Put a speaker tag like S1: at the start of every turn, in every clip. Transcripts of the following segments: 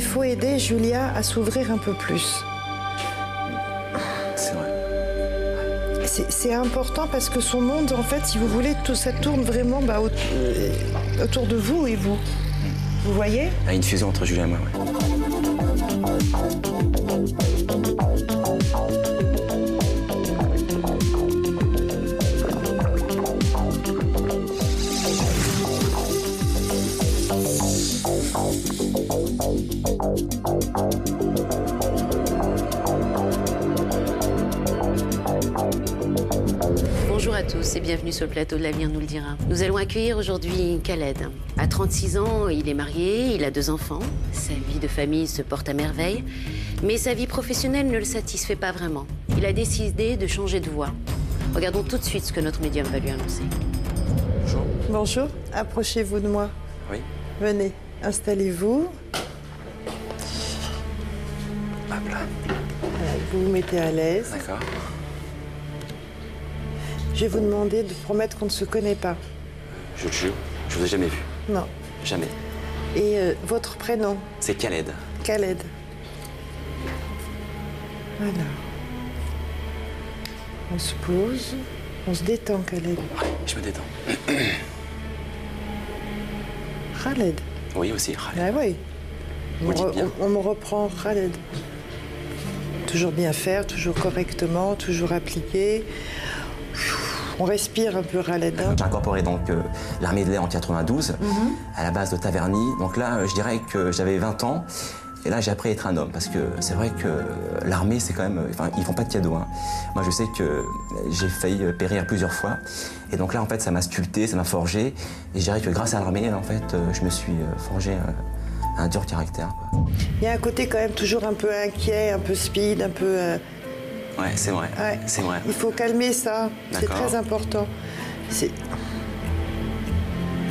S1: faut aider Julia à s'ouvrir un peu plus.
S2: C'est vrai.
S1: C'est c'est important parce que son monde, en fait, si vous voulez, tout ça tourne vraiment bah, au- euh, autour de vous et vous. Vous voyez
S2: Il y a Ah, une fusion entre Julien et moi. ouais.
S3: Bonjour à tous et bienvenue sur le plateau de l'Avenir nous le dira. Nous allons accueillir aujourd'hui Khaled. À 36 ans, il est marié, il a deux enfants, sa vie de famille se porte à merveille, mais sa vie professionnelle ne le satisfait pas vraiment. Il a décidé de changer de voie. Regardons tout de suite ce que notre médium va lui annoncer.
S2: Bonjour.
S1: Bonjour, approchez-vous de moi.
S2: Oui.
S1: Venez, installez-vous.
S2: Hop là.
S1: Voilà, Vous vous mettez à l'aise.
S2: D'accord.
S1: Je vais vous demander de promettre qu'on ne se connaît pas.
S2: Je le jure, je vous ai jamais vu.
S1: Non.
S2: Jamais.
S1: Et euh, votre prénom
S2: C'est Khaled.
S1: Khaled. Voilà. On se pose. On se détend, Khaled.
S2: Je me détends.
S1: Khaled.
S2: Oui, aussi. Khaled.
S1: Ah oui. On,
S2: Vous le dites
S1: re-
S2: bien.
S1: on- on me reprend Khaled. Toujours bien faire, toujours correctement, toujours appliqué. On respire un peu Khaled. hein.
S2: Donc, J'ai incorporé donc euh, l'armée de l'air en 92 à la base de Taverny. Donc là, euh, je dirais que j'avais 20 ans. Et là, j'ai appris à être un homme parce que c'est vrai que l'armée, c'est quand même. euh, Enfin, ils font pas de cadeaux. hein. Moi, je sais que euh, j'ai failli euh, périr plusieurs fois. Et donc là, en fait, ça m'a sculpté, ça m'a forgé. Et je dirais que grâce à l'armée, en fait, euh, je me suis euh, forgé un, un dur caractère. quoi.
S1: Il y a un côté quand même toujours un peu inquiet, un peu speed, un peu... euh,
S2: Ouais, c'est vrai.
S1: ouais.
S2: C'est vrai.
S1: Il faut calmer ça. C'est
S2: D'accord.
S1: très important. C'est...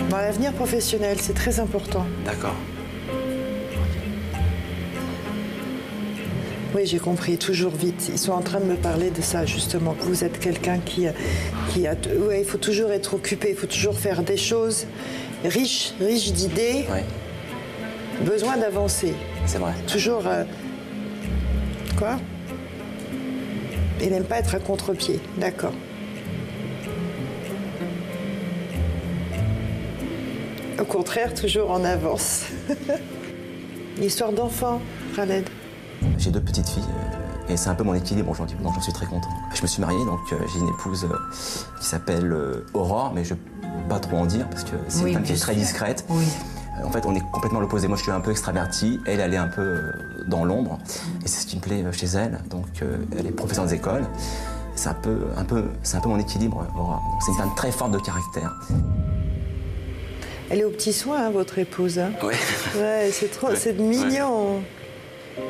S1: Dans l'avenir professionnel, c'est très important.
S2: D'accord.
S1: Oui, j'ai compris, toujours vite. Ils sont en train de me parler de ça, justement. que Vous êtes quelqu'un qui, qui a. Ouais, il faut toujours être occupé, il faut toujours faire des choses riches, riches d'idées,
S2: Ouais,
S1: besoin d'avancer.
S2: c'est vrai.
S1: Toujours. euh, Quoi Il n'aime pas être à contre-pied, d'accord. Au contraire, toujours en avance. Histoire d'enfant, Khaled.
S2: J'ai deux petites filles euh, et c'est un peu mon équilibre aujourd'hui, donc j'en suis très content. Je me suis marié, donc euh, j'ai une épouse euh, qui s'appelle euh, Aurore, mais je peux pas trop en dire parce que c'est une femme qui est très discrète. Euh, En fait, on est complètement l'opposé. Moi, je suis un peu extraverti. Elle, elle est un peu euh, dans l'ombre. Et c'est ce qui me plaît euh, chez elle. Donc, euh, elle est professeure des écoles. C'est un peu, un peu, c'est un peu mon équilibre, Aurore. Donc, C'est une femme très forte de caractère.
S1: Elle est au petit soin, hein, votre épouse. hein.
S2: Ouais.
S1: Ouais, c'est trop,
S2: Ouais,
S1: c'est
S2: ouais.
S1: mignon.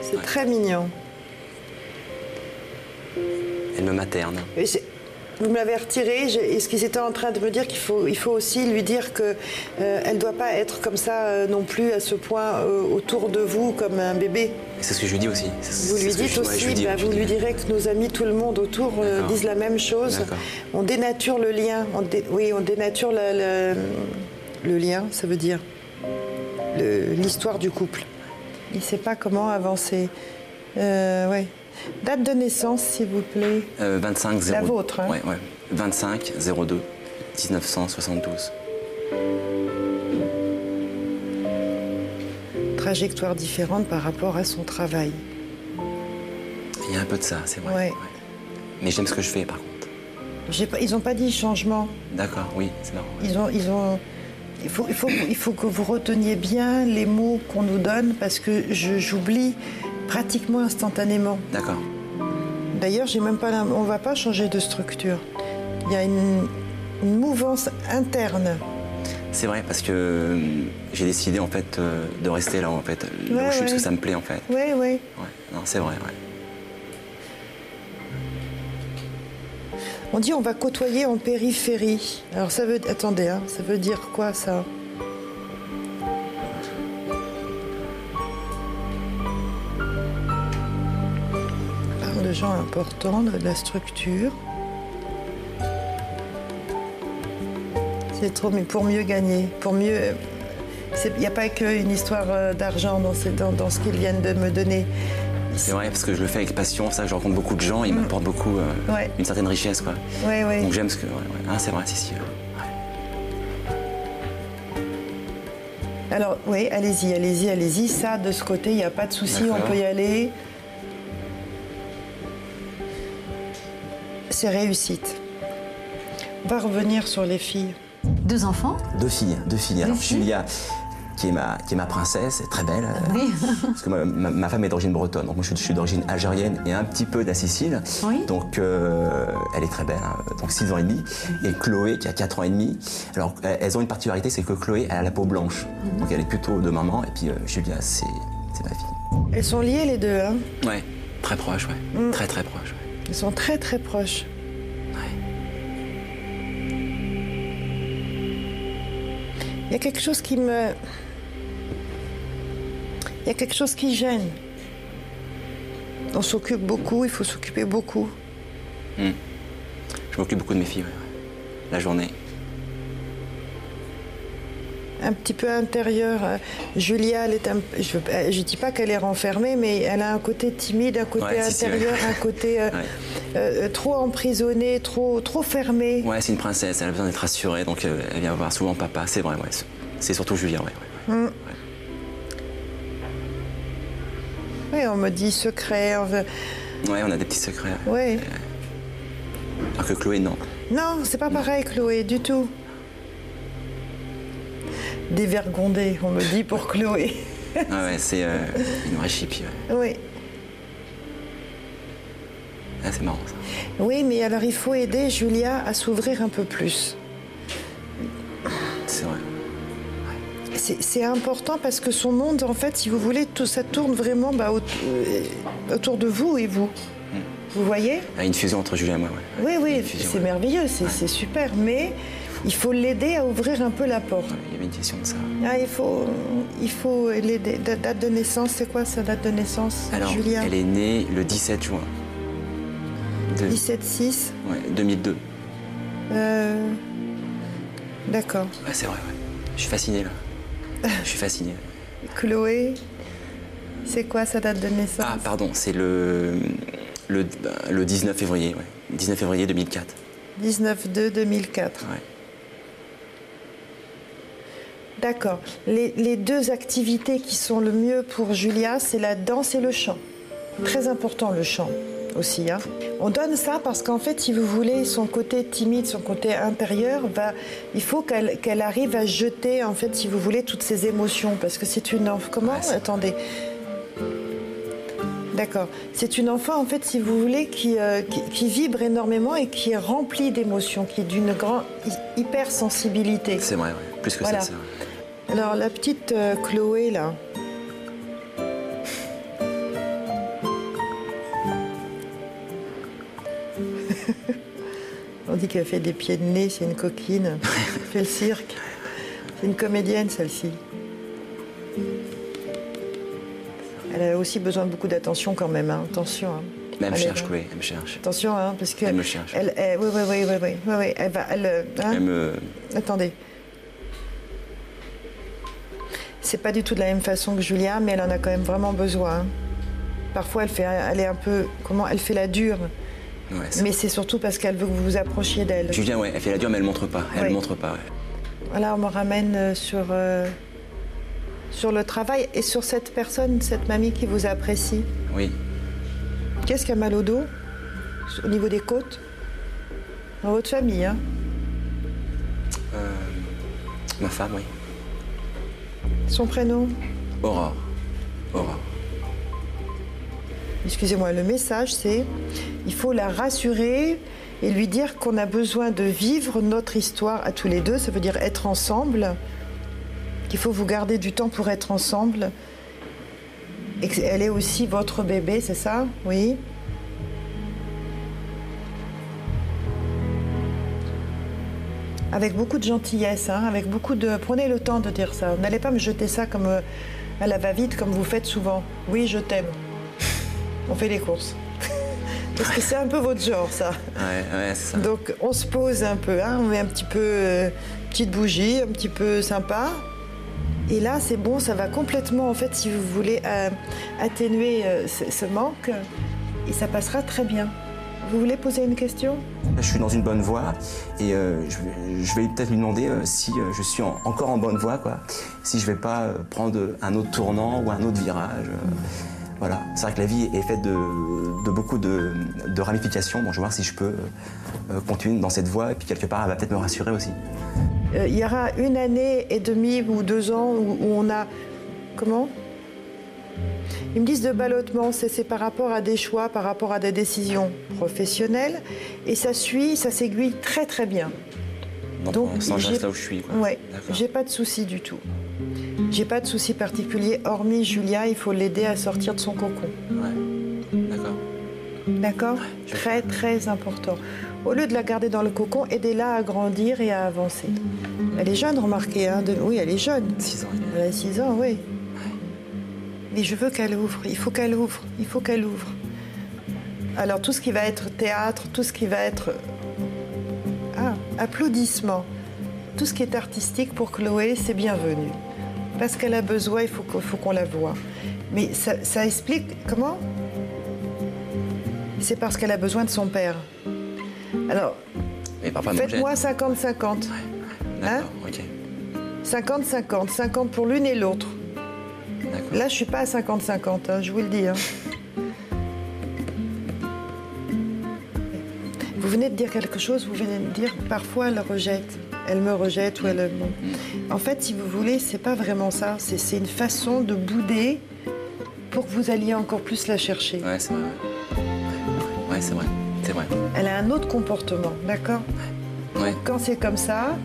S1: C'est très mignon.
S2: Elle me materne.
S1: Et c'est- vous me l'avez retiré. j'ai- Et ce qu'ils étaient en train de me dire, qu'il faut, il faut aussi lui dire que euh, elle doit pas être comme ça euh, non plus à ce point euh, autour de vous comme un bébé.
S2: C'est ce que je lui dis aussi. C'est-
S1: Vous
S2: c'est
S1: lui
S2: ce que
S1: dites
S2: je- ouais, je
S1: aussi,
S2: lui dis,
S1: bah,
S2: ouais, je
S1: vous
S2: lui
S1: lui
S2: dis.
S1: direz que nos amis, tout le monde autour euh,
S2: D'accord.
S1: disent la même chose.
S2: D'accord.
S1: On dénature le lien. On dé- Oui, on dénature la- la- le lien, ça veut dire le- l'histoire du couple. Il ne sait pas comment avancer. Euh, ouais. Date de naissance, s'il vous plaît.
S2: Euh, 25
S1: La
S2: 02.
S1: vôtre, hein.
S2: Ouais, ouais. 25 02 1972.
S1: Trajectoire différente par rapport à son travail.
S2: Il y a un peu de ça, c'est vrai.
S1: Ouais.
S2: Mais j'aime ce que je fais par contre.
S1: J'ai pas- ils n'ont pas dit changement.
S2: D'accord, oui, c'est marrant.
S1: Ils ont, ils ont- il, faut, il, faut, il faut que vous reteniez bien les mots qu'on nous donne parce que je- j'oublie pratiquement instantanément.
S2: D'accord.
S1: D'ailleurs, j'ai même pas l'im- on va pas changer de structure. Il y a une, une mouvance interne.
S2: C'est vrai parce que euh, j'ai décidé en fait euh, de rester là en fait, là
S1: Ouais,
S2: où je suis parce
S1: ouais.
S2: que ça me plaît en fait.
S1: Oui, oui.
S2: Ouais. Non, c'est vrai, ouais.
S1: On dit on va côtoyer en périphérie. Alors ça veut attendez, hein, ça veut dire quoi ça On Parle de gens importants, de la structure. euh, C'est trop, mais pour mieux gagner, pour mieux. Il n'y a pas qu'une histoire euh, d'argent dans, ce- dans- dans ce qu'ils viennent de me donner.
S2: C'est vrai, parce que je le fais avec passion, ça, je rencontre beaucoup de gens, ils m'apportent beaucoup euh,
S1: Mm. Ouais.
S2: une certaine richesse, quoi.
S1: Ouais, ouais.
S2: Donc j'aime ce que. ouais, ouais. Ah, c'est vrai, c'est si. ouais.
S1: Alors oui, allez-y, allez-y, allez-y. Ça, de ce côté, il n'y a pas de souci, on
S2: D'accord.
S1: peut y aller. C'est réussite. On va revenir sur les filles.
S4: Deux enfants
S2: Deux filles, deux filles. Alors
S4: Deux filles.
S2: Julia, qui est ma, qui est ma princesse, est très belle. euh,
S4: Oui.
S2: Parce que ma, ma- ma femme est d'origine bretonne, donc moi je suis, je suis d'origine algérienne et un petit peu de la Sicile.
S4: Oui.
S2: Donc euh, elle est très belle, hein, donc 6 ans et demi. Et Chloé qui a 4 ans et demi. Alors euh, elles ont une particularité, c'est que Chloé elle a la peau blanche.
S4: Mhm.
S2: Donc elle est plutôt de maman. Et puis euh, Julia, c'est c'est ma fille.
S1: Elles sont liées les deux, hein.
S2: Ouais, très proche, ouais.
S4: Mm.
S2: Très très proche, ouais.
S1: Elles sont très très proches.
S2: Ouais.
S1: Il y a quelque chose qui me... Il y a quelque chose qui gêne. On s'occupe beaucoup, il faut s'occuper beaucoup.
S2: Je m'occupe beaucoup de mes filles, ouais, ouais. La journée.
S1: un petit peu intérieure. Euh, Julia, elle est un, je ne dis pas qu'elle est renfermée, mais elle a un côté timide, un côté
S2: Ouais, si, si, ouais.
S1: intérieur, un côté euh,
S2: Ouais.
S1: euh, euh, trop emprisonné, trop, trop fermé.
S2: Ouais, c'est une princesse, elle a besoin d'être rassurée, donc euh, elle vient voir souvent papa, c'est vrai, ouais. C'est- C'est surtout Julia, ouais. ouais, ouais.
S1: Ouais, on me dit secret. on veut-
S2: Ouais, on a des petits secrets. ouais.
S1: Ouais.
S2: Alors que Chloé, non.
S1: Non, c'est pas pareil, Chloé, du tout. Dévergondée, on me dit pour Chloé.
S2: Ah ouais, c'est euh, une vraie chipie. Ouais.
S1: oui.
S2: Ah, c'est marrant ça.
S1: Oui, mais alors il faut aider Julia à s'ouvrir un peu plus.
S2: C'est vrai.
S1: C'est c'est important parce que son monde, en fait, si vous voulez, tout ça tourne vraiment bah, aut- euh, autour de vous et vous.
S2: Mm.
S1: Vous voyez
S2: Ah, une fusion entre Julien et moi, ouais.
S1: Oui, oui,
S2: une fusion,
S1: c'est
S2: ouais.
S1: merveilleux, c'est c'est super, mais il faut l'aider à ouvrir un peu la porte.
S2: Ouais, Il y avait une question de ça.
S1: Ah, il faut il faut l'aider. Da- Date de naissance, c'est quoi sa date de naissance,
S2: Alors,
S1: Julia
S2: elle est née le 17 juin. De-
S1: 17-6.
S2: ouais, 2002.
S1: euh, D'accord.
S2: Ouais, c'est vrai, ouais. Je suis fasciné là. Je suis fasciné.
S1: Chloé, c'est quoi sa date de naissance
S2: Ah, pardon, c'est le, le, bah, le 19 février, ouais. 19 février 2004.
S1: 19-2-2004.
S2: Ouais.
S1: D'accord. Les, les deux activités qui sont le mieux pour Julia, c'est la danse et le chant. Très important le chant aussi. hein. On donne ça parce qu'en fait, si vous voulez, son côté timide, son côté intérieur, va, il faut qu'elle qu'elle arrive à jeter, en fait, si vous voulez, toutes ses émotions. Parce que c'est une enfant. Comment
S2: Ouais, c'est-
S1: Attendez. D'accord. C'est une enfant, en fait, si vous voulez, qui, euh, qui, qui vibre énormément et qui est remplie d'émotions, qui est d'une grande hy- hypersensibilité.
S2: C'est vrai, ouais. Plus que
S1: Voilà.
S2: ça, c'est vrai.
S1: Alors la petite euh, Chloé là. On dit qu'elle fait des pieds de nez, c'est une coquine. Elle fait le cirque. C'est une comédienne celle-ci. Elle a aussi besoin de beaucoup d'attention quand même, hein. attention. hein.
S2: Mais elle me
S1: Allez,
S2: cherche,
S1: va.
S2: Chloé, elle me cherche.
S1: Attention, hein, parce que.
S2: Elle me cherche.
S1: Elle, elle- oui, oui, oui, oui, oui, oui, oui, Elle va. Elle, euh, hein.
S2: Elle me.
S1: Attendez. C'est pas du tout de la même façon que Julia, mais elle en a quand même vraiment besoin. hein. Parfois, elle fait, elle est un peu, comment, elle fait la dure.
S2: Ouais, c'est-
S1: Mais c'est surtout parce qu'elle veut que vous vous approchiez d'elle.
S2: Julia, ouais, elle fait la dure, mais elle montre pas. Elle
S1: Ouais.
S2: montre pas, ouais.
S1: Là, on me ramène euh, sur euh, sur le travail et sur cette personne, cette mamie qui vous apprécie.
S2: Oui.
S1: Qu'est-ce qui a mal au dos, au niveau des côtes, dans votre famille hein
S2: Euh, ma femme, oui.
S1: Son prénom.
S2: Aurore. Aurore.
S1: Excusez-moi, le message c'est il faut la rassurer et lui dire qu'on a besoin de vivre notre histoire à tous les deux, ça veut dire être ensemble, qu'il faut vous garder du temps pour être ensemble, et qu'elle est aussi votre bébé, c'est ça Oui Avec beaucoup de gentillesse, hein, avec beaucoup de. Prenez le temps de dire ça. N'allez pas me jeter ça comme euh, à la va-vite, comme vous faites souvent. Oui, je t'aime. On fait les courses. Parce que c'est un peu votre genre, ça.
S2: Ouais, ouais, c'est ça.
S1: Donc on se pose un peu, hein, on met un petit peu euh, petite bougie, un petit peu sympa. Et là, c'est bon, ça va complètement, en fait, si vous voulez, euh, atténuer euh, ce, ce manque, et ça passera très bien. Vous voulez poser une question
S2: Je suis dans une bonne voie et euh, je, vais- je vais peut-être lui demander euh, si euh, je suis en- encore en bonne voie, quoi. Si je vais pas euh, prendre un autre tournant ou un autre virage. euh, Voilà. C'est vrai que la vie est faite de, de beaucoup de, de ramifications. Bon, je vais voir si je peux euh, euh, continuer dans cette voie et puis quelque part, elle va peut-être me rassurer aussi.
S1: Euh, Il y aura une année et demie ou deux ans où, où on a. Comment Ils me disent de ballottement, c'est c'est par rapport à des choix, par rapport à des décisions professionnelles. Et ça suit, ça s'aiguille très très bien. Donc,
S2: on s'en
S1: j'ai-
S2: reste là où je suis. Quoi.
S1: Ouais,
S2: D'accord.
S1: j'ai pas de souci du tout. J'ai pas de souci particulier, hormis Julia, il faut l'aider à sortir de son cocon.
S2: Ouais. D'accord.
S1: D'accord
S2: je-
S1: Très très important. Au lieu de la garder dans le cocon, aidez-la à grandir et à avancer. Elle est jeune, remarquez. hein, de- Oui, elle est jeune.
S2: 6 ans.
S1: Elle a 6 ans, oui. Mais je veux qu'elle ouvre, il faut qu'elle ouvre, il faut qu'elle ouvre. Alors tout ce qui va être théâtre, tout ce qui va être... Ah, applaudissements. Tout ce qui est artistique pour Chloé, c'est bienvenu. Parce qu'elle a besoin, il faut qu'on faut qu'on la voie. Mais ça, ça explique comment C'est parce qu'elle a besoin de son père. Alors,
S2: Mais papa, non,
S1: faites-moi 50-50.
S2: D'accord. Ok.
S1: 50-50, 50 pour l'une et l'autre.
S2: D'accord.
S1: Là, je suis pas à 50-50, hein, je vous le dis. hein. Vous venez de dire quelque chose, vous venez de dire parfois elle rejette, elle me rejette ou elle. bon. En fait, si vous voulez, c'est pas vraiment ça. C'est c'est une façon de bouder pour que vous alliez encore plus la chercher.
S2: Ouais, c'est vrai. ouais. Ouais, c'est vrai. C'est vrai.
S1: Elle a un autre comportement, d'accord
S2: Ouais.
S1: Quand c'est comme ça,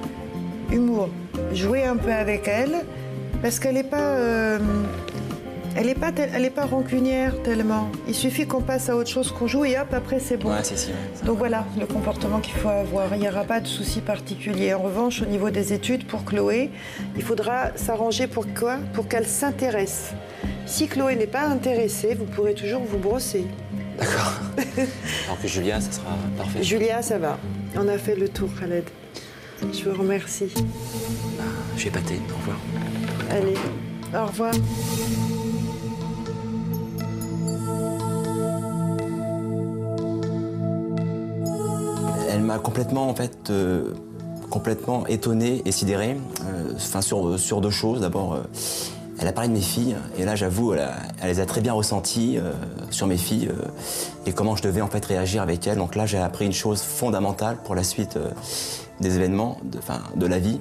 S1: humour, jouer un peu avec elle, parce qu'elle n'est pas, euh, elle n'est pas, tel- elle est pas rancunière tellement. Il suffit qu'on passe à autre chose, qu'on joue et hop, après c'est bon.
S2: Ouais, si, si. ouais.
S1: Donc voilà le comportement qu'il faut avoir. Il n'y aura pas de souci particulier. En revanche, au niveau des études, pour Chloé, il faudra s'arranger pour quoi Pour qu'elle s'intéresse. Si Chloé n'est pas intéressée, vous pourrez toujours vous brosser.
S2: Alors que Julia, ça sera parfait.
S1: Julia, ça va. On a fait le tour, Khaled. Je vous remercie.
S2: Je vais pâter. Au revoir.
S1: Allez, au revoir.
S2: Elle m'a complètement, en fait, euh, complètement étonné et sidéré. euh, Enfin, sur, sur deux choses. D'abord, euh, elle a parlé de mes filles. Et là, j'avoue, elle, a- elle les a très bien ressenties euh, sur mes filles euh, et comment je devais, en fait, réagir avec elles. Donc là, j'ai appris une chose fondamentale pour la suite euh, des événements, de, enfin, de la vie.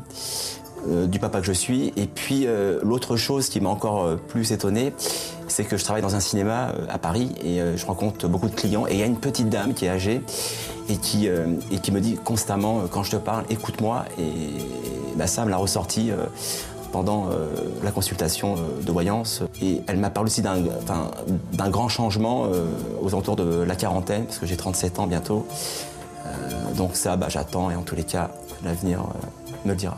S2: euh, du papa que je suis. Et puis euh, l'autre chose qui m'a encore euh, plus étonné, c'est que je travaille dans un cinéma euh, à Paris et euh, je rencontre beaucoup de clients. Et il y a une petite dame qui est âgée et qui, euh, et qui me dit constamment euh, quand je te parle, écoute-moi. Et bah, ça me l'a ressorti. euh, pendant euh, la consultation euh, de voyance. Et elle m'a parlé aussi d'un enfin, d'un grand changement euh, aux alentours de la quarantaine, parce que j'ai 37 ans bientôt. Euh, donc ça, bah, j'attends et en tous les cas, l'avenir euh, me le dira.